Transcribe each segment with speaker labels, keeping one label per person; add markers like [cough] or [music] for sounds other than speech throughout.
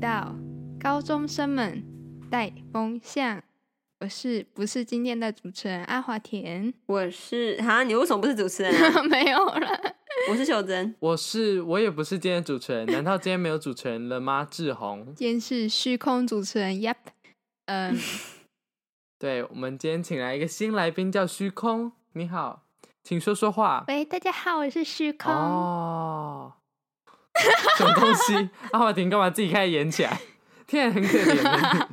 Speaker 1: 到高中生们带风向，我是不是今天的主持人阿华
Speaker 2: [laughs]
Speaker 1: 田？
Speaker 3: 我是哈，你为什么不是主持人、
Speaker 1: [laughs]
Speaker 3: 啊？
Speaker 1: 没有了，
Speaker 3: 我是秀珍。
Speaker 2: 我是我也不是今天的主持人，难道今天没有主持人了吗？志
Speaker 1: [laughs]
Speaker 2: 宏，
Speaker 1: 今天是虚空主持人，Yep，嗯，
Speaker 2: [laughs] 对我们今天请来一个新来宾叫虚空，你好，请说说话。
Speaker 1: 喂，大家好，我是虚空。
Speaker 2: 哦，什么
Speaker 1: [laughs]
Speaker 2: 东西？阿华庭干嘛自己开始演起来？天啊，很可
Speaker 1: [laughs]
Speaker 2: 怜。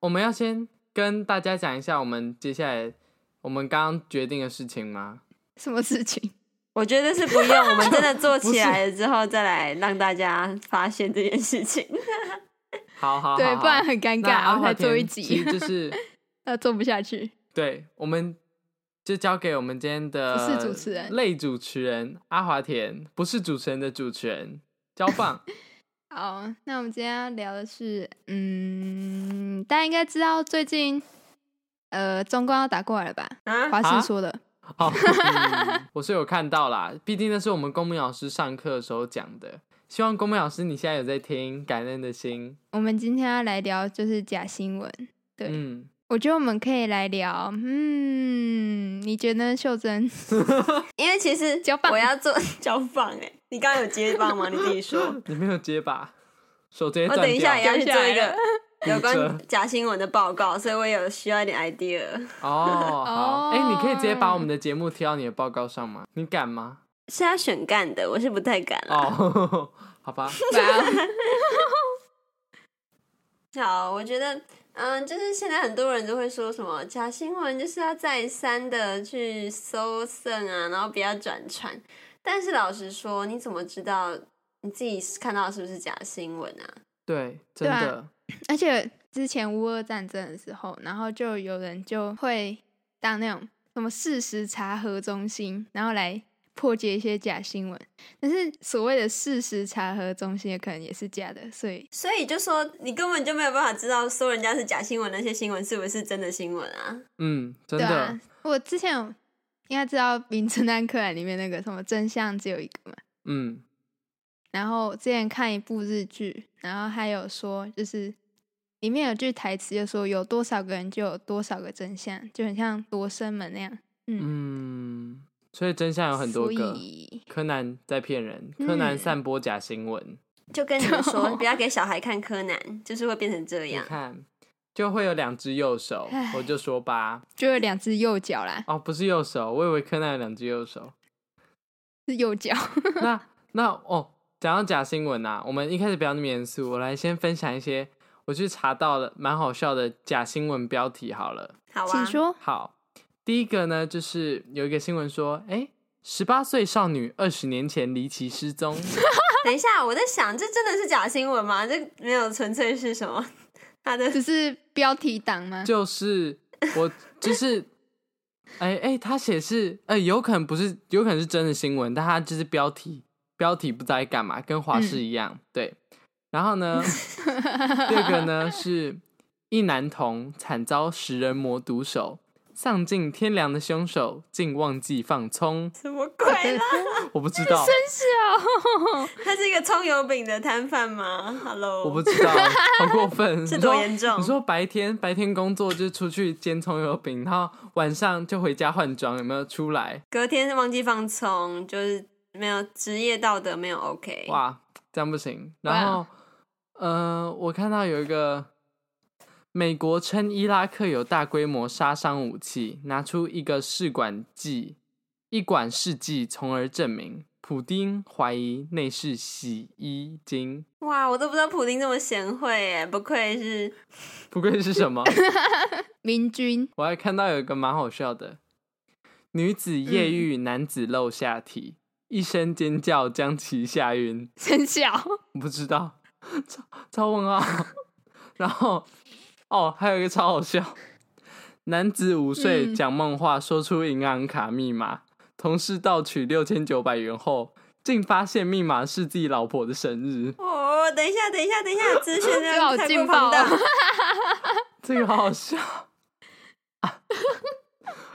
Speaker 2: 我们要先跟大家讲一下，我们接下来我们刚刚决定的事情吗？
Speaker 1: 什么事情？
Speaker 3: 我觉得是不用，我们真的做起来了之后，再来让大家发现这件事
Speaker 1: [laughs]
Speaker 3: 情。
Speaker 2: 好好好
Speaker 1: 对，
Speaker 2: 好
Speaker 1: 不然很尴
Speaker 2: 那阿
Speaker 1: 尬，我
Speaker 2: 华
Speaker 1: 才做一
Speaker 2: 田其
Speaker 1: 集
Speaker 2: 实，就是
Speaker 1: [laughs] 那做不下去。
Speaker 2: 对，我们就交给我们今天的
Speaker 1: 不是主持人
Speaker 2: 类主持人阿华田，不是主持人的主持人交
Speaker 1: [laughs]
Speaker 2: 棒。
Speaker 1: 好，那我们今天要聊的是，嗯，大家应该知道最近，呃，中共要打过来了吧？
Speaker 3: 啊，
Speaker 1: 华
Speaker 2: 啊
Speaker 1: 视说的，
Speaker 2: 好、嗯我是有看到啦，毕竟那是我们公民老师上课的时候讲的。希望公民老师你现在有在听，感恩的心。
Speaker 1: 我们今天要来聊就是假新闻。对
Speaker 2: 嗯，
Speaker 1: 我觉得我们可以来聊，嗯，你觉得呢秀珍？
Speaker 3: 因为其实
Speaker 1: 交棒
Speaker 3: 我
Speaker 1: [laughs]
Speaker 3: 要做交棒哎、你刚刚有接棒吗？你自己说。
Speaker 2: 你没有接吧？手直接
Speaker 3: 我
Speaker 2: 断
Speaker 3: 哦等一下也
Speaker 2: 掉。
Speaker 3: 要去做一
Speaker 1: 接下来
Speaker 3: 个
Speaker 1: 了
Speaker 3: [laughs]
Speaker 1: 啊
Speaker 3: 有
Speaker 1: [laughs]
Speaker 2: 骨
Speaker 3: 关假新闻的报告，所以我有需要一点 idea。
Speaker 2: 哦，好，哎、你可以直接把
Speaker 1: 哦
Speaker 2: 我们的节目贴到你的报告上吗？你敢吗？
Speaker 3: 是他选干的，我是不太敢了。
Speaker 2: 哦， [laughs] 好吧，
Speaker 1: 哇哦
Speaker 3: 好，我觉得，嗯，就是现在很多人都会说什么假新闻，就是要再三的去搜证啊，然后不要转传。但是老实说，你怎么知道你自己看到的是不是假新闻啊？
Speaker 2: 对，
Speaker 1: 对
Speaker 2: 真
Speaker 1: 啊
Speaker 2: 的，
Speaker 1: [laughs] 而且之前乌俄战争的时候，然后就有人就会当那种什么事实查核中心，然后来破解一些假新闻。但是所谓的事实查核中心，也可能也是假的，所以
Speaker 3: 所以就说你根本就没有办法知道说人家是假新闻，那些新闻是不是真的新闻啊？
Speaker 2: 嗯，真
Speaker 1: 对
Speaker 2: 的，
Speaker 1: 啊。我之前有应该知道《名侦探柯南》里面那个什么真相只有一个嘛，
Speaker 2: 嗯，
Speaker 1: 然后之前看一部日剧，然后还有说，就是里面有句台词，就说有多少个人就有多少个真相，就很像罗生门那样。
Speaker 2: 嗯，所以真相有很多
Speaker 1: 所
Speaker 2: 个。
Speaker 1: 以
Speaker 2: 柯南在骗人，柯南
Speaker 1: 嗯
Speaker 2: 散播假新闻，
Speaker 3: 就跟你们
Speaker 1: [laughs]
Speaker 3: 说，不要给小孩看柯南，就是会变成这
Speaker 2: 你
Speaker 3: 样。
Speaker 2: 看就会有两只右手
Speaker 1: 唉，
Speaker 2: 我就说吧，
Speaker 1: 就有两只右脚啦，
Speaker 2: 哦，不是右手，我以为柯南有两只
Speaker 1: [laughs]
Speaker 2: 右手。
Speaker 1: 是右脚。
Speaker 2: 那那哦，讲到假新闻啊，我们一开始不要那么严肃，我来先分享一些我去查到了蛮好笑的假新闻标题好了。
Speaker 3: 好
Speaker 1: 请
Speaker 3: 啊，
Speaker 1: 说，
Speaker 2: 好，第一个呢，就是有一个新闻说，哎，十八岁少女二十年前离奇失踪，
Speaker 3: 等一下，我在想，这真的是假新闻吗？这没有纯粹是什么？ [laughs] 他的
Speaker 1: 只是标题党
Speaker 3: [laughs]
Speaker 1: 吗？
Speaker 2: 就是我就是。哎哎，他写是，呃，有可能不是，有可能是真的新闻，但他就是标题，标题不知道在干嘛，跟华
Speaker 3: 嗯
Speaker 2: 视一样，对。然后呢，第二个
Speaker 3: [laughs]
Speaker 2: 呢是一男童惨遭食人魔毒手，丧尽天良的凶手竟忘记放葱，
Speaker 3: 什么鬼
Speaker 1: 对
Speaker 3: 啦？
Speaker 2: 我不知
Speaker 3: [laughs]
Speaker 2: 道，
Speaker 1: 真是哦，
Speaker 3: 他是一个葱油饼的摊贩吗？Hello，
Speaker 2: 我不知道，好过分，
Speaker 3: [laughs] 是
Speaker 2: 你
Speaker 3: 多
Speaker 2: 说
Speaker 3: 严重
Speaker 2: 你说白天白天工作就是出去煎葱油饼，然后晚上就回家换装，有没有出来？
Speaker 3: 隔天忘记放葱，就是没有职业道德，没有 OK。
Speaker 2: 哇，这样不行。
Speaker 1: 哇
Speaker 2: 然后，呃，我看到有一个美国称伊拉克有大规模杀伤武器，拿出一个试管剂，一管试剂，从而证明普丁怀疑那是洗衣精。
Speaker 3: 哇，我都不知道普丁这么贤惠耶，不愧是
Speaker 2: 不愧是什么？
Speaker 1: [laughs] 明君
Speaker 2: 我还看到有一个蛮好笑的，女子夜遇男子露下体，一声尖叫将其吓晕。
Speaker 1: 真小，
Speaker 2: 不知道，超超问号。 [laughs] 然后哦，还有一个超好笑，男子午睡
Speaker 1: 嗯
Speaker 2: 讲梦话，说出银行卡密码，同事盗取六千九百元后，竟发现密码是自己老婆的生日，
Speaker 3: 哦，等一下，等一下，等一下，资讯
Speaker 1: 这好
Speaker 3: 量太过
Speaker 1: 劲爆
Speaker 3: 庞
Speaker 1: 哦
Speaker 3: 大。
Speaker 2: 这个好好笑。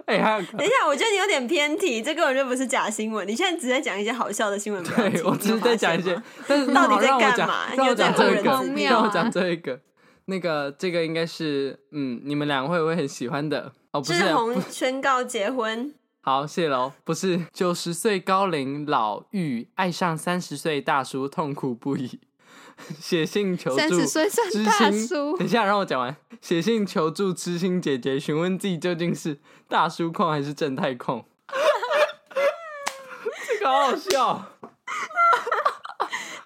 Speaker 2: 哎、啊哎、还有
Speaker 3: 等一下，我觉得你有点偏题，这根本就不是假新闻。你现在只是在讲一些好笑的新闻标题，
Speaker 2: 对我只是在讲一些，但是
Speaker 3: 到底
Speaker 2: 好
Speaker 3: 在
Speaker 2: [laughs] 让我
Speaker 3: 干
Speaker 2: 讲
Speaker 3: 嘛
Speaker 2: 让
Speaker 3: 又
Speaker 2: 我
Speaker 3: 在
Speaker 2: 讲
Speaker 1: 混
Speaker 2: 这
Speaker 1: 淆
Speaker 2: 个，
Speaker 1: 妙
Speaker 2: 让我
Speaker 1: 啊
Speaker 2: 讲这个。那个这个应该是嗯，你们两位会很喜欢的哦，不
Speaker 3: 志
Speaker 2: 是 [laughs]
Speaker 3: 宏宣告结婚，
Speaker 2: 好，谢喽。不是九十岁高龄老妪爱上三十岁大叔，痛苦不已，写信求助。
Speaker 1: 30岁算
Speaker 2: 知
Speaker 1: 大
Speaker 2: 心
Speaker 1: 叔 [laughs]
Speaker 2: 等一下，让我讲完。写信求助知心姐姐，询问自己究竟是大叔控还是正太控。 [laughs] 这个好好笑。哦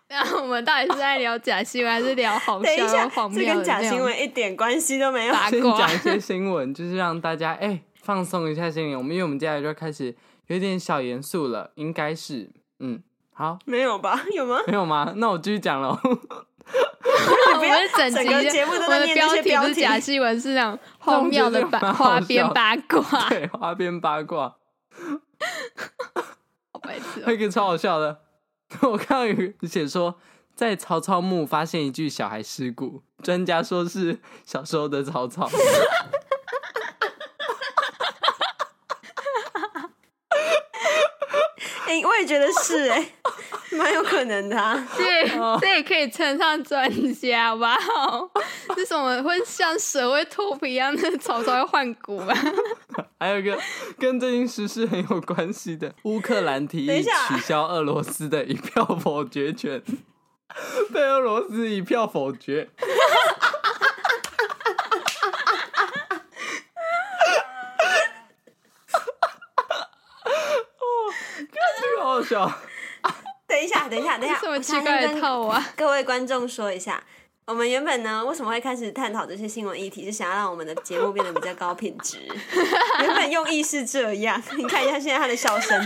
Speaker 1: 然后我们到底是在聊假新闻，还是聊好
Speaker 3: [laughs] 等一
Speaker 1: 笑
Speaker 3: 下
Speaker 2: 啊
Speaker 1: 又荒，
Speaker 3: 这
Speaker 1: 谬的
Speaker 3: 跟假
Speaker 1: 内
Speaker 3: 新
Speaker 1: 容
Speaker 3: 闻一点关系都没有。
Speaker 1: 八
Speaker 2: 先
Speaker 1: 卦
Speaker 2: 讲一？些新闻，就是让大家哎、放松一下心灵。我们因为我们接下来就要开始有点小严肃了，应该是嗯好。
Speaker 3: 没有吧？有吗？
Speaker 2: 没有吗？那我继续
Speaker 1: [laughs]
Speaker 2: 讲喽。
Speaker 1: 我
Speaker 3: 不要
Speaker 1: 们整
Speaker 3: 整
Speaker 1: 集
Speaker 3: 个
Speaker 1: 的
Speaker 3: 节目都
Speaker 1: 我
Speaker 3: 在
Speaker 1: 们的
Speaker 3: 念这
Speaker 1: 标
Speaker 3: 些
Speaker 1: 题
Speaker 3: 标
Speaker 1: 不是
Speaker 3: 题
Speaker 1: 假新闻，是那种荒谬
Speaker 3: [laughs]
Speaker 1: 的
Speaker 2: 这
Speaker 1: 八
Speaker 2: 种蛮
Speaker 1: 花
Speaker 2: 好
Speaker 1: 边
Speaker 2: 笑的
Speaker 1: 八卦，
Speaker 2: 对，花边八卦，
Speaker 1: [laughs] 好白痴哦
Speaker 2: 那个超好笑的。 [laughs] 我看到有人写说，在曹操墓发现一具小孩尸骨，专家说是小时候的曹操。
Speaker 3: [laughs] 哎、我也觉得是哎、 [laughs] 蛮有可能的、啊。
Speaker 1: 哦这这也可以称上专家吧？这什么会像蛇会脱皮一样的草草会换骨吧？
Speaker 2: [laughs] 还有一个跟最近时事很有关系的，乌克兰提
Speaker 3: 等一
Speaker 2: 议
Speaker 3: 下
Speaker 2: 取消俄罗斯的一票否决权， [laughs] 被俄罗斯一票否决。 [laughs] 哦，看这个好笑，
Speaker 3: 等一下，等一下，等一下，
Speaker 1: 什么
Speaker 3: 我
Speaker 1: 奇
Speaker 3: 想
Speaker 1: 怪
Speaker 3: 跟
Speaker 1: 的套娃、啊？
Speaker 3: 各位观众说一下，我们原本呢为什么会开始探讨这些新闻议题，是想要让我们的节目变得比较高品
Speaker 1: [laughs]
Speaker 3: 质。原本用意是这样，你看一下现在他的笑
Speaker 1: [laughs]
Speaker 3: 声，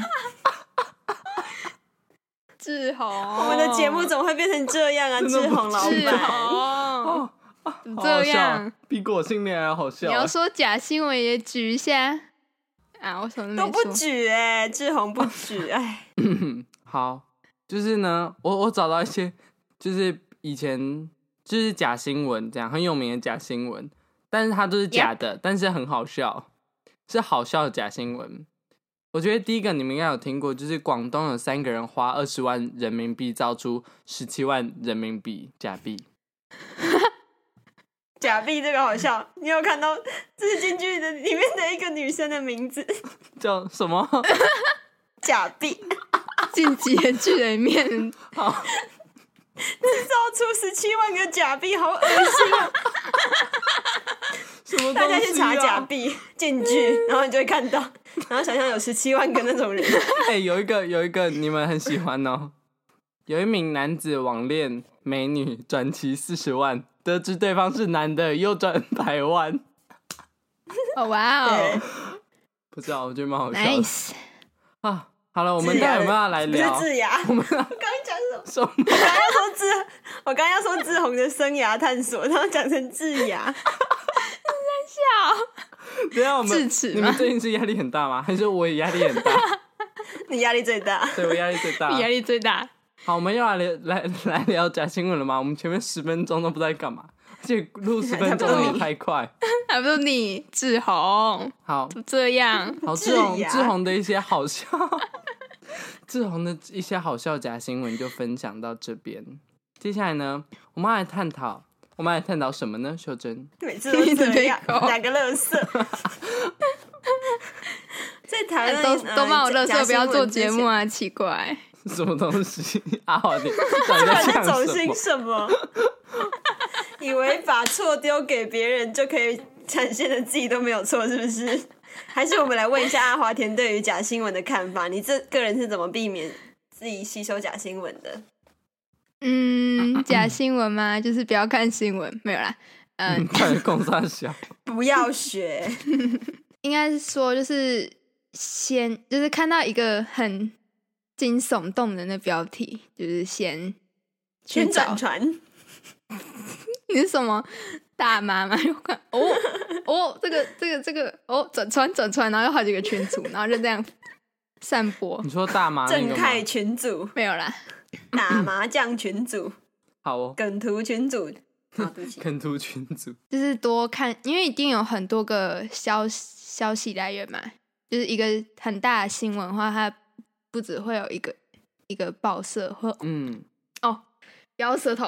Speaker 1: 志宏，
Speaker 3: 我
Speaker 1: 我
Speaker 3: 们的节目怎么会变成这样啊？
Speaker 2: 真的
Speaker 3: 志
Speaker 2: 不
Speaker 3: 宏老
Speaker 1: 志
Speaker 3: 板，
Speaker 1: 宏
Speaker 2: 哦，
Speaker 1: 怎么
Speaker 2: 好好
Speaker 1: 这
Speaker 2: 笑
Speaker 1: 样
Speaker 2: 啊，？比果信恋还要好笑
Speaker 1: 你
Speaker 2: 啊。
Speaker 1: 要说假新闻也举一下啊！我什么
Speaker 3: 都
Speaker 1: 没
Speaker 3: 不
Speaker 1: 说。
Speaker 3: 举哎、志宏不举哎，
Speaker 2: [laughs] 好，就是呢，我我找到一些，就是以前就是假新闻，这样很有名的假新闻，但是它都是假的但是很好笑，是好笑的假新闻。我觉得第一个你们应该有听过，就是广东有三个人花二十万人民币造出十七万人民币假币，
Speaker 3: 假币这个好笑，你有看到这是京剧的里面的一个女生的名字
Speaker 2: 叫什么？ [laughs]
Speaker 3: 假币。
Speaker 1: 进击的巨人里面，
Speaker 2: 好，
Speaker 3: 造出十七万个假币，好恶心啊！
Speaker 2: 什么、
Speaker 3: [laughs]
Speaker 2: 东
Speaker 3: 大家去
Speaker 2: 西
Speaker 3: 查
Speaker 2: 啊
Speaker 3: 假币 [laughs] 进去，
Speaker 1: 嗯
Speaker 3: 然后你就会看到，然后想象有十七万个那种人，
Speaker 2: 哎、有一个有一个你们很喜欢哦，有一名男子网恋美女，转其四十万，得知对方是男的又转百万，
Speaker 1: 哦哇
Speaker 3: 对
Speaker 1: 哦，
Speaker 2: 不知道我觉得蛮好笑的
Speaker 1: ，nice，
Speaker 2: 啊。好了，我们
Speaker 3: 智雅
Speaker 2: 待
Speaker 3: 的
Speaker 2: 会有没有要来
Speaker 3: 不是
Speaker 2: 聊
Speaker 3: 智雅。
Speaker 2: 我们
Speaker 3: 我刚刚讲什么？
Speaker 2: 什么？
Speaker 3: 我刚刚要说志，我刚刚要说志宏的生涯探索，然后讲成智雅。
Speaker 2: 等一下我
Speaker 1: 智
Speaker 2: 们
Speaker 1: 齿
Speaker 2: 你
Speaker 1: 吗
Speaker 2: 们最近是压力很大吗？还是我也压力很大？
Speaker 3: 你压力最大。
Speaker 2: 对我压力最大。
Speaker 1: [laughs] 压力最大。
Speaker 2: 好，我们又来聊来来聊假新闻了吗？我们前面十分钟都不知道在干嘛，而且录十分钟也太快。
Speaker 1: 还不是你志宏，
Speaker 2: 好，
Speaker 1: 怎么这 [laughs] 样？
Speaker 2: 好，志宏
Speaker 3: 智雅
Speaker 2: 志宏的一些好笑， [laughs] 志宏的一些好笑假新闻就分享到这边。接下来呢，我们要来探讨，我们要来探讨什么呢？秀珍， [laughs]
Speaker 3: 每次都这样，
Speaker 1: 你的狗
Speaker 3: 两个乐色。在台湾呃
Speaker 1: 哎都都骂我乐色，不要做节目
Speaker 3: 啊！
Speaker 1: 啊，奇怪。
Speaker 2: 什么东西？阿华，
Speaker 3: [laughs]
Speaker 2: 你到底
Speaker 3: 管
Speaker 2: 在
Speaker 3: 他
Speaker 2: 讲
Speaker 3: 走
Speaker 2: 什
Speaker 3: 心
Speaker 2: 么？
Speaker 3: 什么？ [laughs] 以为把错丢给别人就可以展现的自己都没有错，是不是？ [laughs] 还是我们来问一下阿华田对于假新闻的看法？你这个人是怎么避免自己吸收假新闻的？
Speaker 1: [laughs] 嗯，假新闻吗？就是不要看新闻，没有啦。嗯、
Speaker 2: 嗯，快点共三小，
Speaker 3: 不要
Speaker 2: [laughs]
Speaker 3: 学，
Speaker 1: 应该是说就是先就是看到一个很惊悚动人的标题，就是先去
Speaker 3: 先
Speaker 1: 找
Speaker 3: 转传。
Speaker 1: 你是什么大妈吗？ [laughs] 又看哦哦，这个这个这个哦，转传转传，然后有好几个群组，然后就这样散播
Speaker 2: 你，说大麻那
Speaker 3: [laughs] 正
Speaker 2: 个
Speaker 3: 太
Speaker 2: 吗？
Speaker 3: 群组、
Speaker 1: 没有啦。
Speaker 3: 打麻将群组、
Speaker 2: 好哦，
Speaker 3: 梗图群组。
Speaker 2: 嗯
Speaker 3: 好，对不起，
Speaker 2: 跟图群组，
Speaker 1: 就是多看，因为一定有很多个消息消息来源嘛，就是一个很大的新闻的话，它不只会有一个一个报社或
Speaker 2: 嗯，
Speaker 1: 哦咬舌头，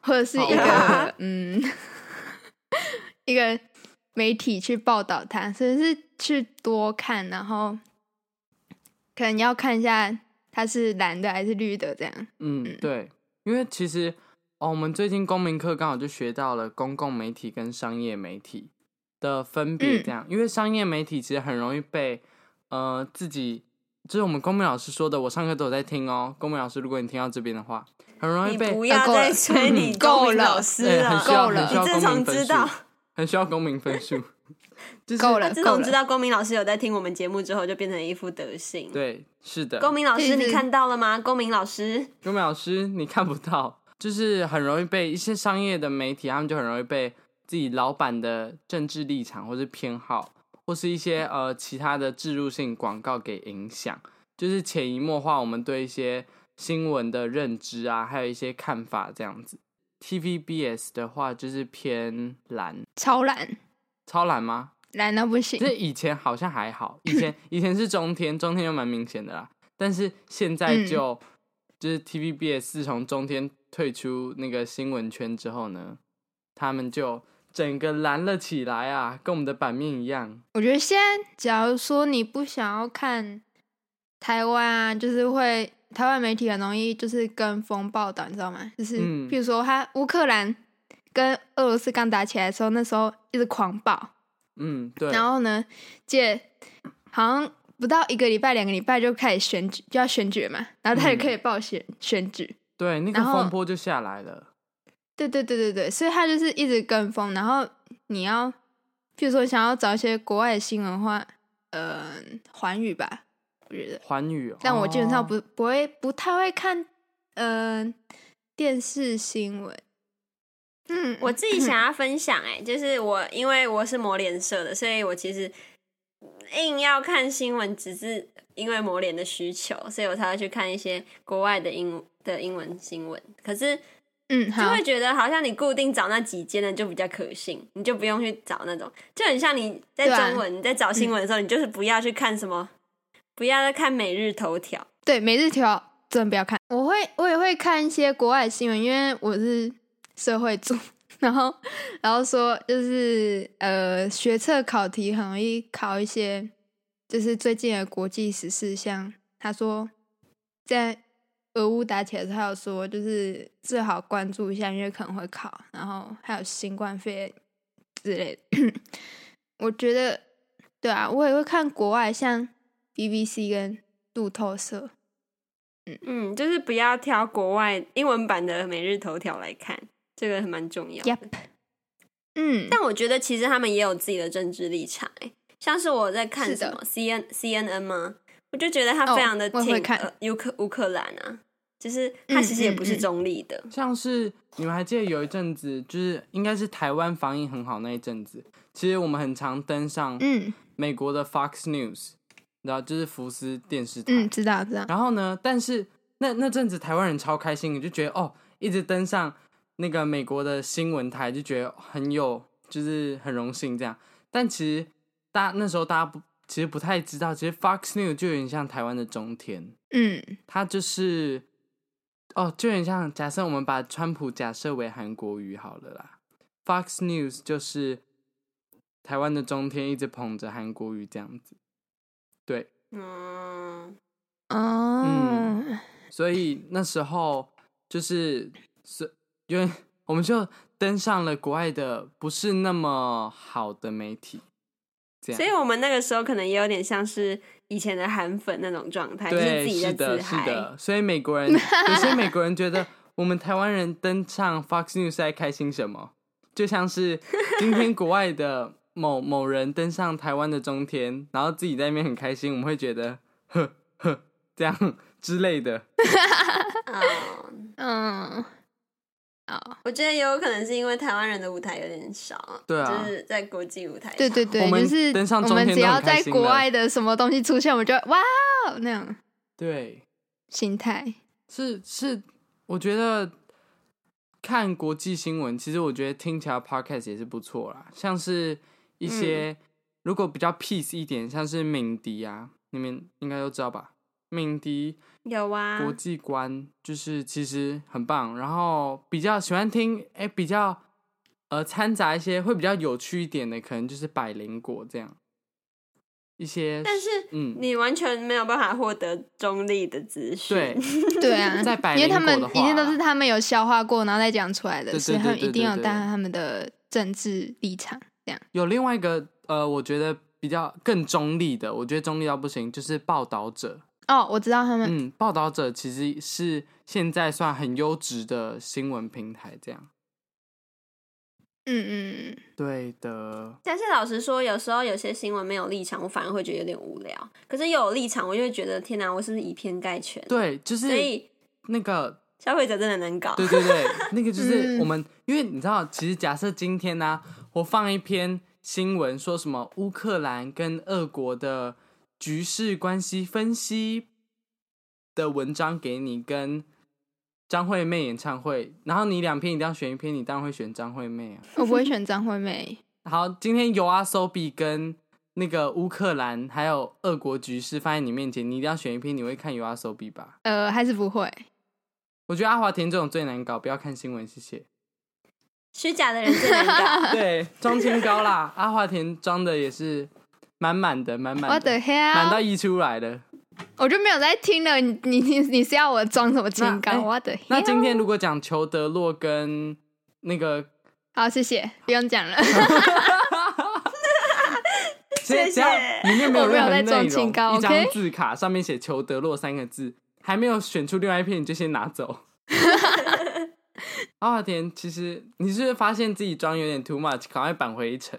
Speaker 1: 或者是一
Speaker 3: 好
Speaker 2: 哦
Speaker 1: 个嗯 [laughs] 一个媒体去报道它，所以是去多看，然后可能要看一下它是蓝的还是绿的这样。
Speaker 2: 嗯，对，因为其实哦，我们最近公民课刚好就学到了公共媒体跟商业媒体的分别，
Speaker 1: 嗯
Speaker 2: 这样，因为商业媒体其实很容易被呃自己，就是我们公民老师说的，我上课都有在听哦，公民老师，如果你听到这边的话，很容易
Speaker 3: 你
Speaker 2: 被呃
Speaker 3: 不要
Speaker 1: 够了
Speaker 3: 再催
Speaker 2: 嗯
Speaker 3: 你
Speaker 1: 够
Speaker 3: 公民
Speaker 1: 了
Speaker 3: 老师
Speaker 2: 对，哎很
Speaker 3: 了，
Speaker 2: 需要
Speaker 1: 够了
Speaker 2: 很需要
Speaker 3: 你
Speaker 2: 公
Speaker 3: 自从
Speaker 2: 民分
Speaker 3: 知
Speaker 2: 数
Speaker 3: 道，，
Speaker 2: 很需要公民分数， [laughs] 就是
Speaker 1: 够了
Speaker 3: 自从
Speaker 1: 了
Speaker 3: 知道公民老师有在听我们节目之后，就变成一副德行。
Speaker 2: 对，是的，
Speaker 3: 公民老师，
Speaker 1: 对对
Speaker 3: 你看到了吗？公民老师，
Speaker 2: 钟淼老师，你看不到，就是很容易被一些商业的媒体，他们就很容易被自己老板的政治立场或是偏好，或是一些呃其他的植入性广告给影响，就是潜移默化我们对一些新闻的认知啊，还有一些看法这样子。TVBS 的话就是偏蓝，
Speaker 1: 超蓝，
Speaker 2: 超蓝吗？
Speaker 1: 蓝到不行
Speaker 2: 就。是以前好像还好，以
Speaker 1: [laughs]
Speaker 2: 前以前是中天，中天就蛮明显的啦。但是现在
Speaker 1: 嗯
Speaker 2: 就、就是 TVBS 自从中天退出那个新闻圈之后呢，他们就整个蓝了起来啊，跟我们的版面一样。
Speaker 1: 我觉得现在，假如说你不想要看台湾啊，就是会台湾媒体很容易就是跟风报道，你知道吗？就是、
Speaker 2: 嗯
Speaker 1: 譬如说，他乌克兰跟俄罗斯刚打起来的时候，那时候一直狂暴，
Speaker 2: 嗯，对，
Speaker 1: 然后呢，借好像不到一个礼拜、两个礼拜就开始选举，就要选举嘛，然后他也
Speaker 2: 嗯
Speaker 1: 可以报选、选举。
Speaker 2: 对那个
Speaker 1: 然后
Speaker 2: 风波就下来了。
Speaker 1: 对对对对对，所以他就是一直跟风，然后你要，譬如说想要找一些国外的新闻的话，呃，环宇吧，我觉得，
Speaker 2: 环宇，
Speaker 1: 但我基本上
Speaker 2: 哦
Speaker 1: 不、不会不太会看，呃，电视新闻。嗯，
Speaker 3: 我自己想要分享、哎，就是我因为我是磨脸社的，所以我其实硬要看新闻，只是因为磨脸的需求，所以我才会去看一些国外的英的英文新闻。可是
Speaker 1: 嗯
Speaker 3: 就
Speaker 1: 好
Speaker 3: 会，觉得好像你固定找那几间的就比较可信，你就不用去找那种，就很像你在
Speaker 1: 对啊
Speaker 3: 中文、你在找新闻的时候，你就是不要去看什么，不要再看每日头条。
Speaker 1: 对每日条真的不要看，我会我也会看一些国外的新闻，因为我是社会组，然后然后说就是呃学测考题很容易考一些，就是最近的国际时事，像他说在俄乌打起来的时候，他有说就是最好关注一下，因为可能会考，然后还有新冠肺炎之类的。 [clears throat] 我觉得对啊，我也会看国外像 BBC 跟路透社，
Speaker 3: 嗯，就是不要挑国外英文版的每日头条来看，这个还蛮重要的。
Speaker 1: Yep 嗯，
Speaker 3: 但我觉得其实他们也有自己的政治立场、欸，像是我在看
Speaker 1: 是
Speaker 3: 什
Speaker 1: 的
Speaker 3: 么 C N C N N 吗？我就觉得他
Speaker 1: 哦
Speaker 3: 非常的
Speaker 1: 我也
Speaker 3: 挺、
Speaker 1: 会看
Speaker 3: 呃乌克乌克兰啊，就是他其实也不是
Speaker 1: 嗯嗯嗯
Speaker 3: 中立的。
Speaker 2: 像是你们还记得有一阵子，就是应该是台湾防疫很好那一阵子，其实我们很常登上
Speaker 1: 嗯
Speaker 2: 美国的 Fox News，然后就是福斯电视台。
Speaker 1: 嗯，知道知道，
Speaker 2: 然后呢，但是那那阵子台湾人超开心，就觉得哦，一直登上那个美国的新闻台，就觉得很有，就是很荣幸这样。但其实大那时候大家不，其实不太知道，其实 Fox News 就有点像台湾的中天，
Speaker 1: 嗯
Speaker 2: 它就是哦，就有点像假设我们把川普假设为韩国瑜好了啦，Fox News 就是台湾的中天一直捧着韩国瑜这样子，对，
Speaker 3: 嗯，
Speaker 1: 哦，
Speaker 2: 嗯所以那时候就是是因为我们就登上了国外的不是那么好的媒体，这样。
Speaker 3: 所以我们那个时候可能也有点像是以前的韩粉那种状态，就是
Speaker 2: 对，
Speaker 3: 自己在
Speaker 2: 是的，
Speaker 3: 自
Speaker 2: 是
Speaker 3: 嗨。
Speaker 2: 的。所以美国人有些美国人
Speaker 3: [laughs]
Speaker 2: 觉得我们台湾人登上 Fox News 在开心什么，就像是今天国外的某某人登上台湾的中天，然后自己在那边很开心，我们会觉得呵呵这样之类的。
Speaker 3: 哦，
Speaker 1: 嗯，哦，
Speaker 3: 我觉得也有可能是因为台湾人的舞台有点少，
Speaker 2: 对啊
Speaker 3: 就是在国际舞台上。
Speaker 1: 对对对，
Speaker 2: 我们
Speaker 1: 就是
Speaker 2: 登上
Speaker 1: 我
Speaker 2: 中
Speaker 1: 们
Speaker 2: 天
Speaker 1: 只
Speaker 2: 都很
Speaker 1: 要
Speaker 2: 开
Speaker 1: 在
Speaker 2: 心
Speaker 1: 国
Speaker 2: 了
Speaker 1: 外的什么东西出现，我们就哇哦那种
Speaker 2: 对，
Speaker 1: 心态，
Speaker 2: 是是，我觉得看
Speaker 3: 嗯
Speaker 2: 国际新闻，其实我觉得听起来 podcast 也是不错啦，像是一些如果比较 peace 一点，像是敏迪啊，你们应该都知道吧？敏迪
Speaker 3: 有啊，
Speaker 2: 国际观就是其实很棒，然后比较喜欢听哎、诶比较呃掺杂一些会比较有趣一点的，可能就是百灵果这样一些，
Speaker 3: 但是
Speaker 2: 嗯，
Speaker 3: 你完全没有办法获得中立的资讯。 [laughs]
Speaker 2: 对，
Speaker 1: 对啊，
Speaker 2: [laughs] 在百
Speaker 1: 因为
Speaker 2: 灵
Speaker 1: 他
Speaker 2: 果
Speaker 1: 们
Speaker 2: 的
Speaker 1: 一
Speaker 2: 话
Speaker 1: 定都是他们有消化过，然后再讲出来的，
Speaker 2: 对对
Speaker 1: 所以他们
Speaker 2: 对对
Speaker 1: 一定
Speaker 2: 对
Speaker 1: 有
Speaker 2: 对
Speaker 1: 带上他们的政治立场。这样
Speaker 2: 有另外一个呃，我觉得比较更中立的，我觉得中立到不行，就是报道者。
Speaker 1: 哦，我知道他们，
Speaker 2: 嗯，报道者其实是现在算很优质的新闻平台，这样。
Speaker 1: 嗯嗯
Speaker 2: 对的，
Speaker 3: 但是老实说，有时候有些新闻没有立场，我反而会觉得有点无聊。可是有立场，我就会觉得天哪，我是不是以偏概全？，
Speaker 2: 对，就是
Speaker 3: 所以
Speaker 2: 那个
Speaker 3: 消费者真的难搞。
Speaker 2: 对对对，那个就是
Speaker 1: 嗯
Speaker 2: 我们，因为你知道，其实假设今天呢、我放一篇新闻，说什么乌克兰跟俄国的局势关系分析的文章给你，跟张惠妹演唱会，然后你两篇一定要选一篇，你当然会选张惠妹啊。
Speaker 1: 嗯，我不会选张惠妹。
Speaker 2: 好，今天有阿 so b 跟那个乌克兰还有俄国局势放在你面前，你一定要选一篇，你会看有阿 so b 吧？
Speaker 1: 呃，还是不会。
Speaker 2: 我觉得阿华田这种最难搞，不要看新闻，谢谢。
Speaker 3: [laughs] 虚假的人最
Speaker 2: [laughs]
Speaker 3: 难搞。
Speaker 2: 对，装清高啦，阿华田装的也是满满的，满满
Speaker 1: 我的
Speaker 2: 的，满到
Speaker 1: hell，
Speaker 2: 溢出来的。
Speaker 1: 我就没有在听了。你 [laughs] 你你你是要我装什么清
Speaker 2: 那
Speaker 1: 高？
Speaker 2: 哎
Speaker 1: 我的 hell。
Speaker 2: 那今天如果讲裘德洛跟那个，
Speaker 1: 好，谢谢，不用讲了。
Speaker 2: 只
Speaker 3: 谢谢
Speaker 2: 只要里面没
Speaker 1: 我没
Speaker 2: 任
Speaker 1: 有
Speaker 2: 何
Speaker 1: 在装
Speaker 2: 内容，
Speaker 1: 清高
Speaker 2: 一张
Speaker 1: OK？
Speaker 2: 字卡上面写裘德洛三个字，还没有选出另外一篇，你就先拿走。 [laughs] 阿华田，其实你是不是发现自己装有点 too much，赶快扳回一城。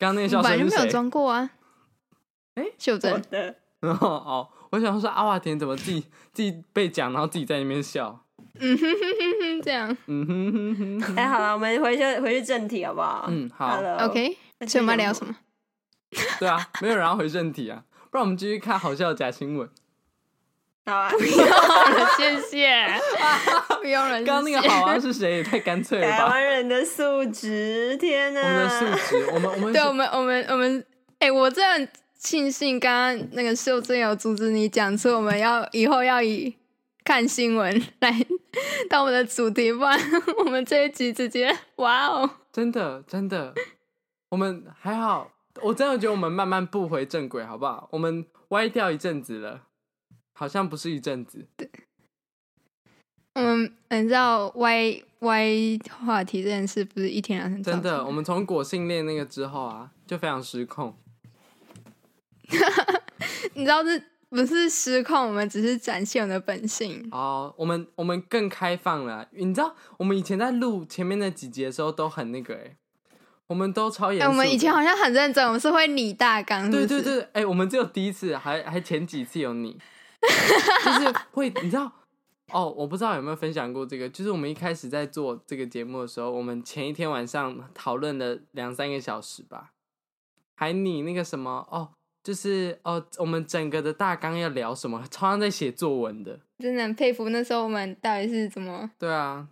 Speaker 2: 刚刚那个
Speaker 1: 我
Speaker 2: 笑
Speaker 1: 本来就
Speaker 2: 声是
Speaker 1: 没有
Speaker 2: 谁？
Speaker 1: 装过啊。
Speaker 2: 哎
Speaker 1: 秀
Speaker 3: 我
Speaker 1: 珍，嗯
Speaker 3: 的，
Speaker 2: 然后哦，我想说阿华田怎么自己自己被讲，然后自己在那边笑，
Speaker 1: 嗯哼哼哼哼，这样
Speaker 2: 嗯哼哼哼
Speaker 3: [laughs]
Speaker 2: 哼，
Speaker 3: 哎，好了，我们回去回去正题好不好？
Speaker 2: 嗯好，
Speaker 3: Hello
Speaker 1: OK。所以我们要聊什么？
Speaker 2: 对啊，没有人要回正题啊，不然我们继续看好笑的假新闻。
Speaker 3: 好
Speaker 2: [laughs]
Speaker 3: 啊，
Speaker 1: 好了， [laughs] 谢谢。不用了，谢谢
Speaker 2: 刚刚那个好啊是谁也太干脆了
Speaker 3: 台
Speaker 2: 吧？
Speaker 3: 湾哎人的素质，天哪！
Speaker 2: 我们的素质，我们我们
Speaker 1: 对，我们我们我们，哎、我真的很庆幸刚刚那个秀珍有阻止你讲出我们要以后要以看新闻来 [laughs] 当我们的主题，不然我们这一集直接哇哦，
Speaker 2: 真的真的，我们还好，我真的觉得我们慢慢步回正轨，好不好？我们歪掉一阵子了，好像不是一阵子，
Speaker 1: 我们嗯呃你知道歪歪话题这件事不是一天两天
Speaker 2: 真
Speaker 1: 造
Speaker 2: 的，哦
Speaker 1: 成
Speaker 2: 我们从果性恋那个之后啊，就非常失控。
Speaker 1: 你知道这不是失控，我们只是展现我们的本性。
Speaker 2: 哦，我们我们更开放了啊。你知道，我们以前在录前面那几集的时候都很那个哎、我们都超严
Speaker 1: 哎、
Speaker 2: 肃的。
Speaker 1: 我们以前好像很认真，我们是会拟大纲，是不
Speaker 2: 对
Speaker 1: 是
Speaker 2: 对，对，哎、我们只有第一次，还还前几次有你，
Speaker 1: [laughs]
Speaker 2: 就是会你知道哦，我不知道有没有分享过这个，就是我们一开始在做这个节目的时候，我们前一天晚上讨论了两三个小时吧，还你那个什么哦，就是哦，我们整个的大纲要聊什么，超像在写作文的。
Speaker 1: 真的很佩服那时候我们到底是怎么
Speaker 2: 对啊，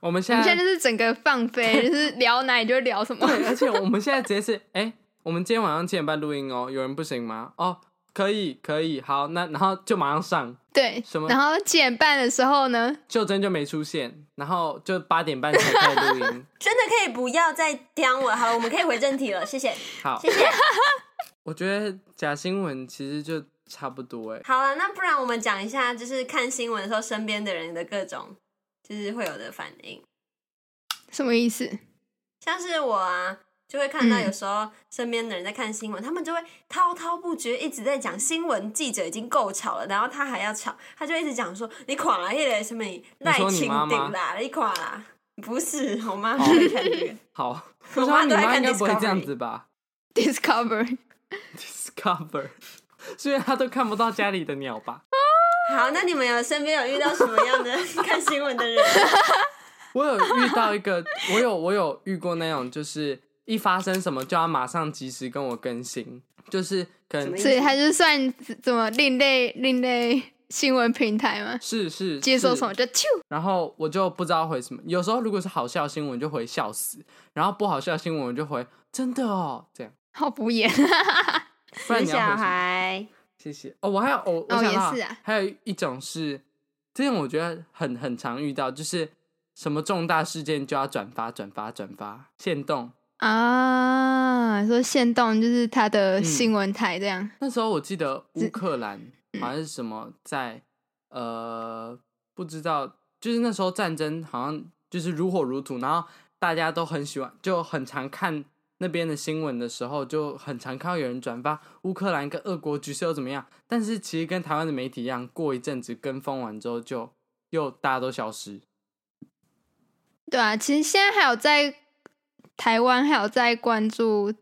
Speaker 2: 我们
Speaker 1: 我
Speaker 2: 现
Speaker 1: 们
Speaker 2: 在
Speaker 1: 现在就是整个放飞，就是聊哪里就聊什么。
Speaker 2: 对，而 [laughs] 且我们现在直接是，哎、我们今天晚上七点半录音哦，有人不行吗？哦，可以，可以，好，那然后就马上上，
Speaker 1: 对，
Speaker 2: 什么
Speaker 1: 然后七点半的时候呢，
Speaker 2: 秀珍就没出现，然后就八点半才开始录
Speaker 3: [laughs]
Speaker 2: 音。
Speaker 3: [laughs] 真的可以不要再刁我了，好了，我们可以回正题了，谢谢，
Speaker 2: 好，
Speaker 3: 谢谢。
Speaker 2: 我觉得假新闻其实就差不多、哎，
Speaker 3: 好啊了，那不然我们讲一下，就是看新闻的时候，身边的人的各种，就是会有的反应。
Speaker 1: 什么意思？
Speaker 3: 像是我啊，就会看到
Speaker 1: 嗯
Speaker 3: 有时候身边的人在看新闻，他们就会滔滔不绝，一直在讲新闻记者已经够吵了，然后他还要吵，他就一直讲说你垮了，那个什么赖
Speaker 2: 说你
Speaker 3: 清
Speaker 2: 妈
Speaker 3: 德
Speaker 2: 吗
Speaker 3: 啦，你垮
Speaker 2: [laughs]
Speaker 3: 啦。不是，我妈不会看这个。
Speaker 2: 好，
Speaker 3: 我
Speaker 2: 我
Speaker 3: 妈
Speaker 2: 想你
Speaker 3: 都在
Speaker 2: 妈
Speaker 3: 看
Speaker 2: 应该不会
Speaker 3: Discovery
Speaker 2: 这样子吧 [laughs]
Speaker 1: Discover，
Speaker 2: ？Discover，虽 [laughs] 然她都看不到家里的鸟吧。
Speaker 3: 好，那你们有身边有遇到什么样的看新闻的人？
Speaker 2: 我有遇到一个， [laughs] 我有我有遇过那种，就是一发生什么就要马上及时跟我更新，就是可
Speaker 3: 什么意
Speaker 2: 能
Speaker 3: 思
Speaker 1: 所以他就算怎么另类另类新闻平台吗？
Speaker 2: 是是
Speaker 1: 接收
Speaker 2: 是
Speaker 1: 什么就啾，
Speaker 2: 然后我就不知道回什么。有时候如果是好笑新闻，就回笑死；然后不好笑新闻，我就回真的哦，这样。
Speaker 1: 好敷衍。
Speaker 2: 不然
Speaker 3: 死
Speaker 2: 你
Speaker 3: 小
Speaker 2: 要回什么？
Speaker 3: 孩，
Speaker 2: 谢谢哦，我还有我我
Speaker 1: 啊哦
Speaker 2: 想
Speaker 1: 也
Speaker 2: 到、
Speaker 1: 是啊
Speaker 2: 还有一种是，这种我觉得很很常遇到，就是什么重大事件就要转发转发转发，限动。
Speaker 1: 啊，说限动就是他的
Speaker 2: 嗯
Speaker 1: 新闻台这样，
Speaker 2: 那时候我记得乌
Speaker 1: 是嗯
Speaker 2: 克兰好像是什么在、呃不知道，就是那时候战争好像就是如火如荼，然后大家都很喜欢，就很常看那边的新闻的时候，就很常看到有人转发乌克兰跟俄国局势又怎么样，但是其实跟台湾的媒体一样，过一阵子跟风完之后就又大家都消失。
Speaker 1: 对啊，其实现在还有在台湾还有在关注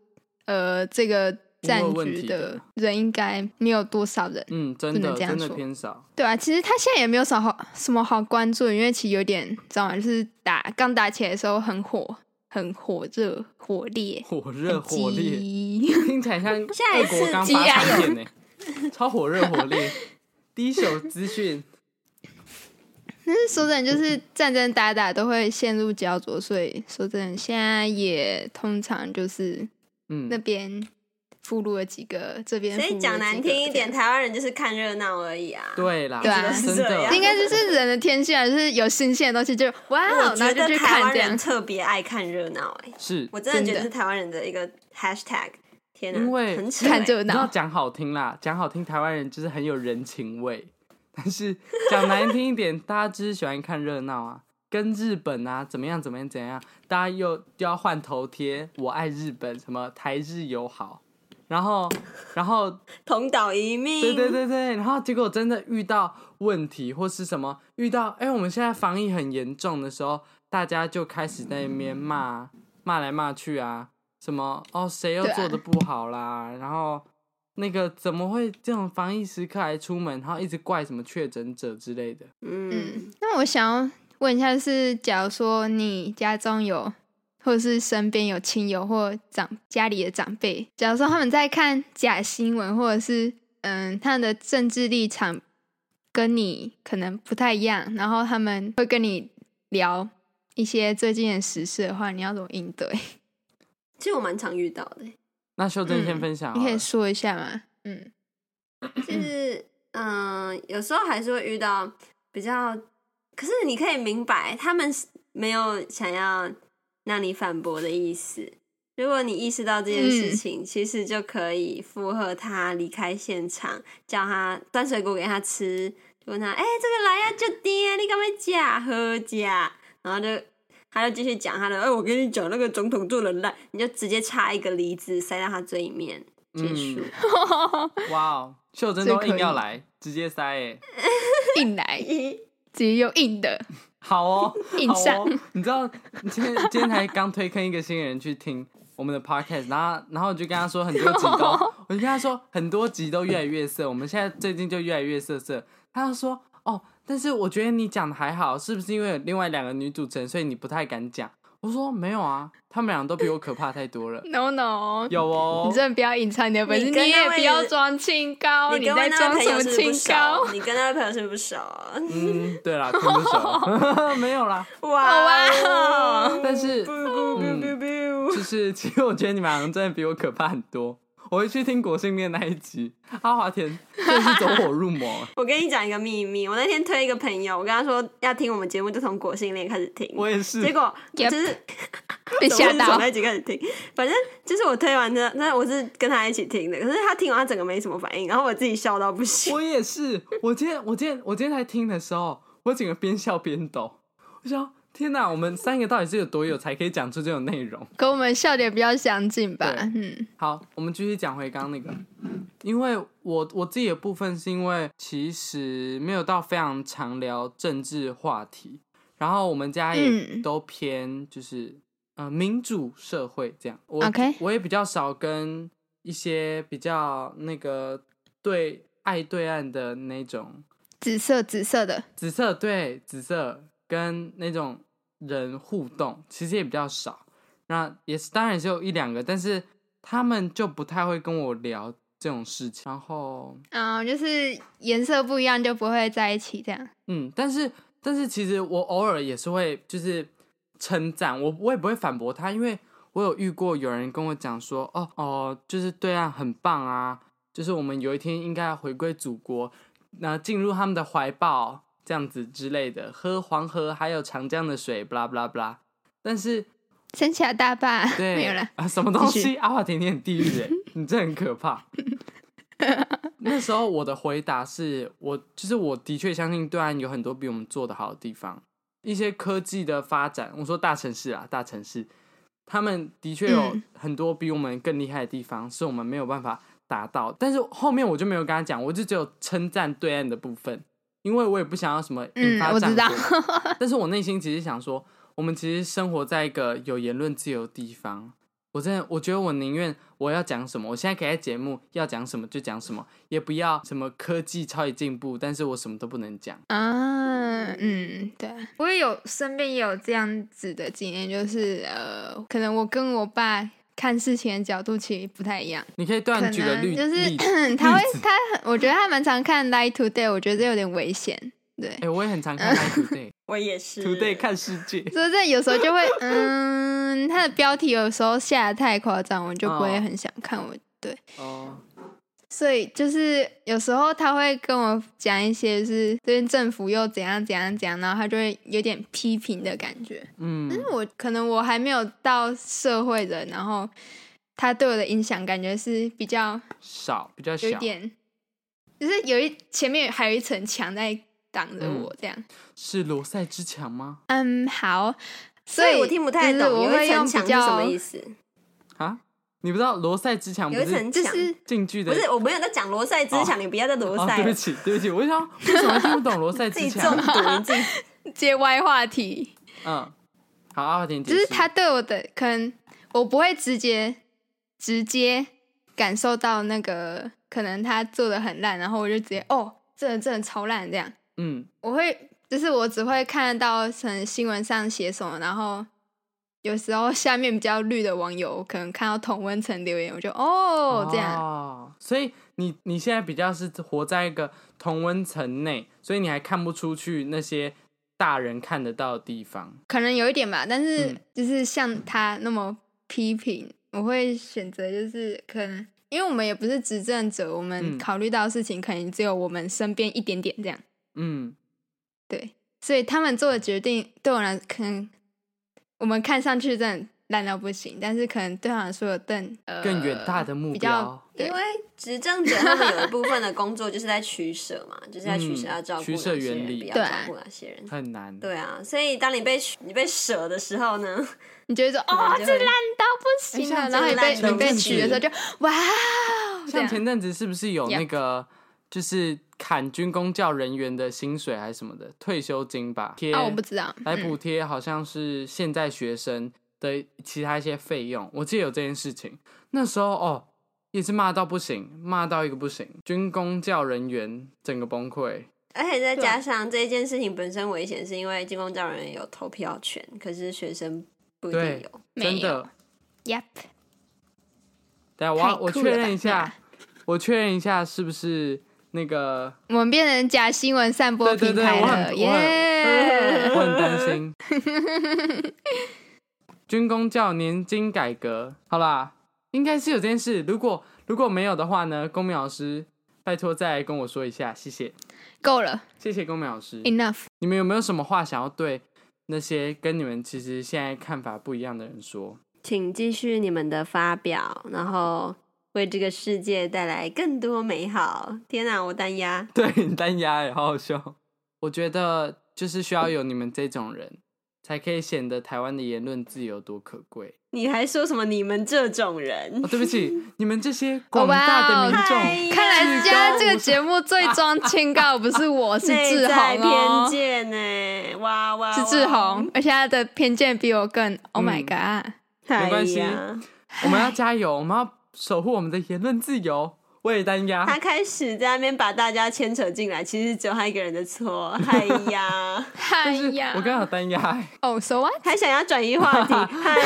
Speaker 1: 呃这个战
Speaker 2: 乌俄问
Speaker 1: 局
Speaker 2: 题
Speaker 1: 的
Speaker 2: 的
Speaker 1: 人，应该没有多少人，
Speaker 2: 嗯，真
Speaker 1: 不能
Speaker 2: 的
Speaker 1: 这样
Speaker 2: 真的
Speaker 1: 说
Speaker 2: 偏少。 [laughs]
Speaker 1: 对啊，其实他现在也没有什么好什么好关注的，因为其实有点知道吗？就是打刚打起来的时候很火，很火热、火烈、
Speaker 2: 火热
Speaker 1: 很
Speaker 2: 火烈，
Speaker 1: 激
Speaker 2: [laughs] 听起来像
Speaker 3: 下一
Speaker 2: 俄
Speaker 3: 次
Speaker 2: 国刚
Speaker 1: 鸡
Speaker 2: 发
Speaker 1: 啊
Speaker 2: 产电呢、超火热火烈，第一手资讯。
Speaker 1: 但是 [laughs] 说真的，就是战争打打都会陷入焦灼，所以说真的，现在也通常就是
Speaker 2: 嗯
Speaker 1: 那，边俘虏了几个，这边
Speaker 3: 所以讲难听一点，
Speaker 1: 他
Speaker 3: 台湾人就是看热闹而已啊。
Speaker 2: 对啦，
Speaker 1: 对啊
Speaker 2: 真
Speaker 3: 是这
Speaker 2: 的
Speaker 3: 样
Speaker 1: 应该就是人的天性啊，就是有新鲜的东西就哇
Speaker 3: 我 [laughs]
Speaker 1: 哦，然
Speaker 3: 觉
Speaker 1: 后就
Speaker 3: 得
Speaker 1: 去
Speaker 3: 台
Speaker 1: 看
Speaker 3: 湾
Speaker 1: 这
Speaker 3: 人
Speaker 1: 样。
Speaker 3: 特别爱看热闹，哎，
Speaker 2: 是。
Speaker 3: 我真的觉得
Speaker 1: 真的
Speaker 3: 是台湾人的一个 hashtag。天哪，
Speaker 2: 因为
Speaker 3: 很扯、
Speaker 1: [laughs] 看
Speaker 3: 欸，
Speaker 1: 热
Speaker 2: 你要
Speaker 1: 闹，
Speaker 2: 讲好听啦，讲好听，台湾人就是很有人情味。 [laughs] 但是讲难听一点，大家就是喜欢看热闹啊，跟日本啊怎么样怎么样怎样，大家又又要换头贴，我爱日本，什么台日友好，然后然后
Speaker 3: 同岛一命。嗯
Speaker 2: 对对对对，然后结果真的遇到问题或是什么，遇到哎、我们现在防疫很严重的时候，大家就开始在那边骂骂来骂去啊，什么哦谁又
Speaker 1: 对啊
Speaker 2: 做的不好啦，然后那个怎么会这种防疫时刻还出门，然后一直怪什么确诊者之类的，
Speaker 3: 嗯，
Speaker 1: 嗯，那我想要问一下，就是假如说你家中有，或者是身边有亲友或长家里的长辈，假如说他们在看假新闻，或者是嗯他们的政治立场跟你可能不太一样，然后他们会跟你聊一些最近的时事的话，你要怎么应对？
Speaker 3: 其实我蛮常遇到的、
Speaker 2: 那秀珍先
Speaker 1: 嗯
Speaker 2: 分享好
Speaker 1: 你
Speaker 2: 了、
Speaker 1: 可以说一下吗？嗯，
Speaker 3: [laughs] 就是嗯、有时候还是会遇到比较，可是你可以明白他们是没有想要让你反驳的意思。如果你意识到这件事情，其实就可以附和他离开现场，叫他端水果给他吃，就问他：“哎、这个来呀、就爹，你干嘛假喝假？”然后就他就继续讲他的：“哎、我跟你讲，那个总统做的烂，你就直接插一个梨子塞到他嘴里面，结束。
Speaker 2: 嗯，哇哦，秀珍
Speaker 1: 这
Speaker 2: 都硬
Speaker 1: 可
Speaker 2: 要
Speaker 1: 以
Speaker 2: 来，直接塞哎、
Speaker 1: 硬来，直接用硬的，
Speaker 2: 好哦，
Speaker 1: 硬
Speaker 2: 好
Speaker 1: 上
Speaker 2: 哦。你知道，今天今天才刚推坑一个新人去听我们的 podcast，然后然后我就跟他说很多集都，我就跟他说很多集都越来越色，我们现在最近就越来越色色。他就说哦，但是我觉得你讲的还好，是不是因为有另外两个女主持人，所以你不太敢讲？我说没有啊，他们俩都比我可怕太多
Speaker 1: [laughs]
Speaker 2: 了。
Speaker 1: ，no no，
Speaker 2: 有哦
Speaker 1: 你，真的不要隐藏你的本事，
Speaker 3: 你
Speaker 1: 你
Speaker 3: 跟那
Speaker 1: 也
Speaker 3: 位
Speaker 1: 不要装清高，
Speaker 3: 你
Speaker 1: 哦你
Speaker 3: 跟
Speaker 1: 在
Speaker 3: 那位
Speaker 1: 装
Speaker 3: 朋
Speaker 1: 什
Speaker 3: 友
Speaker 1: 么
Speaker 3: 是不是
Speaker 1: 清
Speaker 3: 不熟 [laughs]
Speaker 1: 高？
Speaker 3: 你跟那位朋友是不是不
Speaker 1: [laughs]
Speaker 3: 熟啊？
Speaker 2: 嗯，对啦，听不熟， [laughs] 没有啦。
Speaker 3: 哇
Speaker 1: 哇
Speaker 3: 哦！
Speaker 2: 但是嗯
Speaker 3: 不不不不不，
Speaker 2: [laughs] 就是其实我觉得你们好像真的比我可怕很多。我回去听国庆恋那一集，阿华田真的是走火入
Speaker 3: [laughs]
Speaker 2: 魔。
Speaker 3: 我跟你讲一个秘密，我那天推一个朋友，我跟他说要听我们节目，就从果性恋开始听。
Speaker 2: 我也是，
Speaker 3: 结果
Speaker 1: Yep
Speaker 3: 就是
Speaker 1: 被吓
Speaker 3: 我是从
Speaker 1: 到
Speaker 3: 那，一集开始听，反正就是我推完的，那我是跟他一起听的，可是他听完他整个没什么反应，然后我自己笑到不行。
Speaker 2: 我也是。我今天我今天我今天在听的时候，我整个边笑边抖。我想，天哪，我们三个到底是有多有才可以讲出这种内容？
Speaker 1: 跟我们笑点比较相近吧。嗯，
Speaker 2: 好，我们继续讲回刚刚那个，因为我我自己的部分是因为其实没有到非常常聊政治话题，然后我们家也
Speaker 1: 嗯
Speaker 2: 都偏就是、呃民主社会这样，我
Speaker 1: OK
Speaker 2: 我也比较少跟一些比较那个对爱对岸的那种
Speaker 1: 紫色紫色的，
Speaker 2: 紫色对紫色跟那种人互动，其实也比较少。那也是当然也是有一两个，但是他们就不太会跟我聊这种事情。然后，
Speaker 1: 嗯，就是颜色不一样就不会在一起这样。
Speaker 2: 嗯，但是但是其实我偶尔也是会就是称赞我，我也不会反驳他，因为我有遇过有人跟我讲说，哦哦，就是对岸很棒啊，就是我们有一天应该要回归祖国，那进入他们的怀抱这样子之类的，喝黄河还有长江的水，不啦不啦不啦。但是
Speaker 1: 撑起来大坝 [laughs]
Speaker 2: 对，
Speaker 1: 没有了，
Speaker 2: 啊，什么东
Speaker 1: 继续
Speaker 2: 西？阿华田你很地狱哎，你这很
Speaker 1: [laughs]
Speaker 2: 可怕。那时候我的回答是我，就是我的确相信对岸有很多比我们做的好的地方，一些科技的发展，我说大城市啊，大城市，他们的确有
Speaker 1: 嗯
Speaker 2: 很多比我们更厉害的地方，是我们没有办法达到。但是后面我就没有跟他讲，我就只有称赞对岸的部分，因为我也不想要什么引
Speaker 1: 嗯
Speaker 2: 发
Speaker 1: 我
Speaker 2: 战
Speaker 1: 知道
Speaker 2: 火。但是我内心其实想说，我们其实生活在一个有言论自由的地方。我真的，我觉得我宁愿我要讲什么，我现在可以在节目要讲什么就讲什么，也不要什么科技超级进步，但是我什么都不能讲。
Speaker 1: 啊，嗯，对，我也有身边也有这样子的经验，就是呃，可能我跟我爸看事情的角度其实不太一样，
Speaker 2: 你可以
Speaker 1: 可
Speaker 2: 断举个
Speaker 1: 能
Speaker 2: 例
Speaker 1: 就是
Speaker 2: 例子。
Speaker 1: [laughs] 他会
Speaker 2: 例子
Speaker 1: 他很，我觉得他蛮常看《Lie Today》，我觉得这有点危险，对
Speaker 2: 哎、，我也很
Speaker 1: [laughs]
Speaker 2: 常看 Today
Speaker 3: 我也是
Speaker 2: Today 看世界。
Speaker 1: 所以这有时候就
Speaker 2: [laughs]
Speaker 1: 会嗯，他的标题有时候下的太夸张，我就不会
Speaker 2: 哦
Speaker 1: 很想看我。
Speaker 2: 哦，
Speaker 1: 所以就是有时候他会跟我讲一些就是这边政府又怎样怎样怎样，然后他就会有点批评的感觉。
Speaker 2: 嗯，
Speaker 1: 因为我可能我还没有到社会人，然后他对我的影响感觉是比较
Speaker 2: 少比较
Speaker 1: 有一
Speaker 2: 小，
Speaker 1: 点，就是有一前面还有一层墙在挡着
Speaker 2: 嗯
Speaker 1: 我这样。
Speaker 2: 是罗塞之墙吗？
Speaker 1: 嗯，好，所
Speaker 3: 所以
Speaker 1: 以
Speaker 3: 我听不太
Speaker 1: 就
Speaker 3: 懂，
Speaker 1: 是我
Speaker 3: 有
Speaker 1: 会
Speaker 3: 一层
Speaker 1: 用比
Speaker 3: 墙是什么
Speaker 1: 较
Speaker 3: 意思？
Speaker 2: 啊，你不知道罗塞之墙不
Speaker 3: 有一
Speaker 2: 是
Speaker 3: 层
Speaker 1: 就
Speaker 3: 墙，
Speaker 1: 是
Speaker 2: 进去的？
Speaker 3: 不是我没有在讲罗塞之
Speaker 2: 哦
Speaker 3: 墙，你不要再罗
Speaker 2: 哦，
Speaker 3: 塞嗯
Speaker 2: 对不
Speaker 3: 了，
Speaker 2: 起，对不起，我想为什么听不懂罗塞
Speaker 3: 自己
Speaker 2: 之
Speaker 3: 中 [laughs]
Speaker 2: 墙？
Speaker 3: 毒，你自己
Speaker 1: 接歪话题。
Speaker 2: 嗯，好，阿华田解
Speaker 1: 就
Speaker 2: 释。
Speaker 1: 是他对我的，可能我不会直接直接感受到那个，可能他做的很烂，然后我就直接哦，这人真的超烂这样。
Speaker 2: 嗯
Speaker 1: 我会就是我只会看到可能新闻上写什么，然后有时候下面比较绿的网友，我可能看到同温层留言，我就哦这样。
Speaker 2: 哦，所以你你现在比较是活在一个同温层内，所以你还看不出去那些大人看得到的地方。
Speaker 1: 可能有一点吧，但是
Speaker 2: 嗯
Speaker 1: 就是像他那么批评，我会选择就是可能，因为我们也不是执政者，我们
Speaker 2: 嗯
Speaker 1: 考虑到的事情可能只有我们身边一点点这样，
Speaker 2: 嗯，
Speaker 1: 对，所以他们做的决定对我来，可能我们看上去真的烂到不行，但是可能对我来说有更呃
Speaker 2: 更远大的目
Speaker 1: 比
Speaker 2: 标
Speaker 1: 较，对
Speaker 3: 因为执政者他们有一部分的工作就是在取舍嘛，就是在取舍
Speaker 2: 嗯
Speaker 3: 要照顾
Speaker 2: 取
Speaker 3: 哪
Speaker 2: 舍
Speaker 3: 些
Speaker 2: 原
Speaker 3: 人，
Speaker 2: 理
Speaker 3: 不要
Speaker 1: 对
Speaker 3: 照顾哪些人。
Speaker 2: 很难。
Speaker 3: 对啊，所以当你被取你被舍的时候呢，
Speaker 1: 你就会说哦
Speaker 3: 能就
Speaker 1: 这
Speaker 3: 会
Speaker 1: 烂到不行
Speaker 2: 哎
Speaker 1: 了，
Speaker 2: 像
Speaker 1: 然后你被
Speaker 3: 这个烂
Speaker 1: 你被
Speaker 2: 东西
Speaker 1: 取的时候就哇哦，这
Speaker 2: 像前
Speaker 1: 样
Speaker 2: 阵子是不是有
Speaker 1: Yep
Speaker 2: 那个就是砍军工教人员的薪水还是什么的退休金吧？贴
Speaker 1: 啊我不知道，
Speaker 2: 来
Speaker 1: 嗯
Speaker 2: 补贴好像是现在学生的其他一些费用，我记得有这件事情。那时候哦，也是骂到不行，骂到一个不行，军工教人员整个崩溃。
Speaker 3: 而且再
Speaker 1: 对啊
Speaker 3: 加上这件事情本身危险，是因为进攻教人有投票权，可是学生不一定
Speaker 2: 对
Speaker 3: 有。
Speaker 1: 没
Speaker 2: 真
Speaker 1: 有
Speaker 2: 的。
Speaker 1: ，Yep，
Speaker 2: 等下我
Speaker 1: 太
Speaker 2: 要我
Speaker 1: 酷
Speaker 2: 确
Speaker 1: 了吧
Speaker 2: 认一
Speaker 1: 那
Speaker 2: 下， [laughs] 我确认一下是不是那个？
Speaker 1: 我们变成假新闻散播
Speaker 2: 对对
Speaker 1: 平
Speaker 2: 对
Speaker 1: 台
Speaker 2: 我很
Speaker 1: 了，耶
Speaker 2: 我很我很担心。军工教年金改革，好啦，应该是有这件事。如果如果没有的话呢，公民老师，拜托再来跟我说一下，谢谢，
Speaker 1: 够了
Speaker 2: 谢谢公民老师。
Speaker 1: ，enough。
Speaker 2: 你们有没有什么话想要对那些跟你们其实现在看法不一样的人说？ [laughs]
Speaker 3: 请继续你们的发表，然后为这个世界带来更多美好。天哪、我单压，
Speaker 2: 对，单压也好好笑。我觉得就是需要有你们这种人，才可以显得台湾的言论自由多可贵。
Speaker 3: 你还说什么你们这种人
Speaker 2: 哦，？对不起， [laughs] 你们这些广大的民众。
Speaker 3: 嗨呀
Speaker 1: 看来今天这个节目最终签告不是我，是
Speaker 3: 内
Speaker 1: 志
Speaker 3: 在
Speaker 1: 宏哦
Speaker 3: 偏，见呢、哇哇，
Speaker 1: 是
Speaker 3: 哇
Speaker 1: 志宏，，而且他的偏见比我更。Oh my
Speaker 2: 嗯
Speaker 1: god！
Speaker 3: 哎呀
Speaker 2: 没关系我们要加油，我们要守护我们的言论自由。魏丹
Speaker 1: 啊
Speaker 2: 鸭，
Speaker 3: 他开始在那边把大家牵扯进来，其实只有他一个人的
Speaker 1: [laughs]
Speaker 3: 错。嗨呀，
Speaker 1: 嗨
Speaker 2: 就是
Speaker 1: 哎呀，
Speaker 2: 我刚好单压、欸，
Speaker 1: 哦，so what？
Speaker 3: 还想要转移话
Speaker 1: [laughs]
Speaker 3: 题，嗨，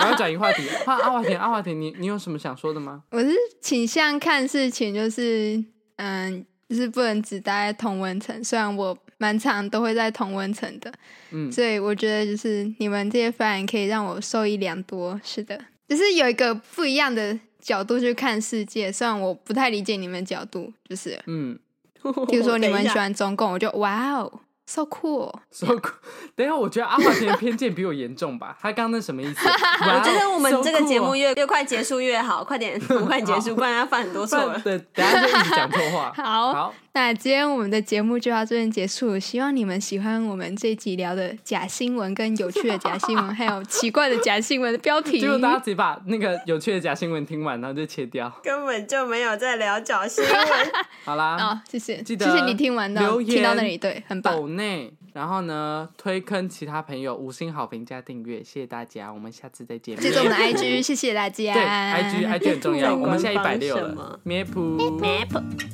Speaker 2: 然后转移话 [laughs] 题。啊，阿华田，阿华田，你你有什么想说的吗？
Speaker 1: 我是倾向看事情，就是嗯，就是不能只待在同温层。虽然我蛮常都会在同温层的，
Speaker 2: 嗯
Speaker 1: 所以我觉得就是你们这些发言可以让我受益良多。是的，就是有一个不一样的角度去看世界。虽然我不太理解你们角度，就是
Speaker 2: 嗯，
Speaker 1: [laughs] 比如说你
Speaker 3: 等
Speaker 1: 们
Speaker 3: 一下
Speaker 1: 喜欢中共，我就哇哦，so cool。
Speaker 2: so cool。等一下，我觉得阿华田的偏见比我严重吧？他刚刚那什么意思？
Speaker 3: [laughs]
Speaker 2: 我
Speaker 3: 我觉得我们这个节目越越快结束越好，快
Speaker 1: [laughs]
Speaker 3: 点，我们快结束，不然要犯很多错了。
Speaker 2: 对，啊等一下就一直讲错话。
Speaker 1: 好
Speaker 2: 好，
Speaker 1: 那今天我们的节目就到这边结束，希望你们喜欢我们这集聊的假新闻、跟有趣的假新闻，还有奇怪的假新闻的标
Speaker 2: [laughs]
Speaker 1: 题。
Speaker 2: 结果大家直接把那个有趣的假新闻听完，然后就切掉。
Speaker 3: [laughs] 根本就没有在聊找新闻，
Speaker 2: 好啦，
Speaker 1: 哦，谢谢，
Speaker 2: 记
Speaker 1: 谢
Speaker 2: 得
Speaker 1: 谢你听完到
Speaker 2: 留言
Speaker 1: 听到那里，对，很棒，
Speaker 2: 抖内，然后呢，推坑其他朋友，五星好评加订阅，谢谢大家，我们下次再见。
Speaker 1: 记得我们的
Speaker 2: [laughs]
Speaker 1: IG，谢谢大家，
Speaker 3: [laughs]
Speaker 2: 对，IG IG 很重要，
Speaker 3: 不管
Speaker 2: 我们现在一百
Speaker 3: 帮
Speaker 2: 六
Speaker 3: 什么
Speaker 2: 了，咩噗。
Speaker 3: Map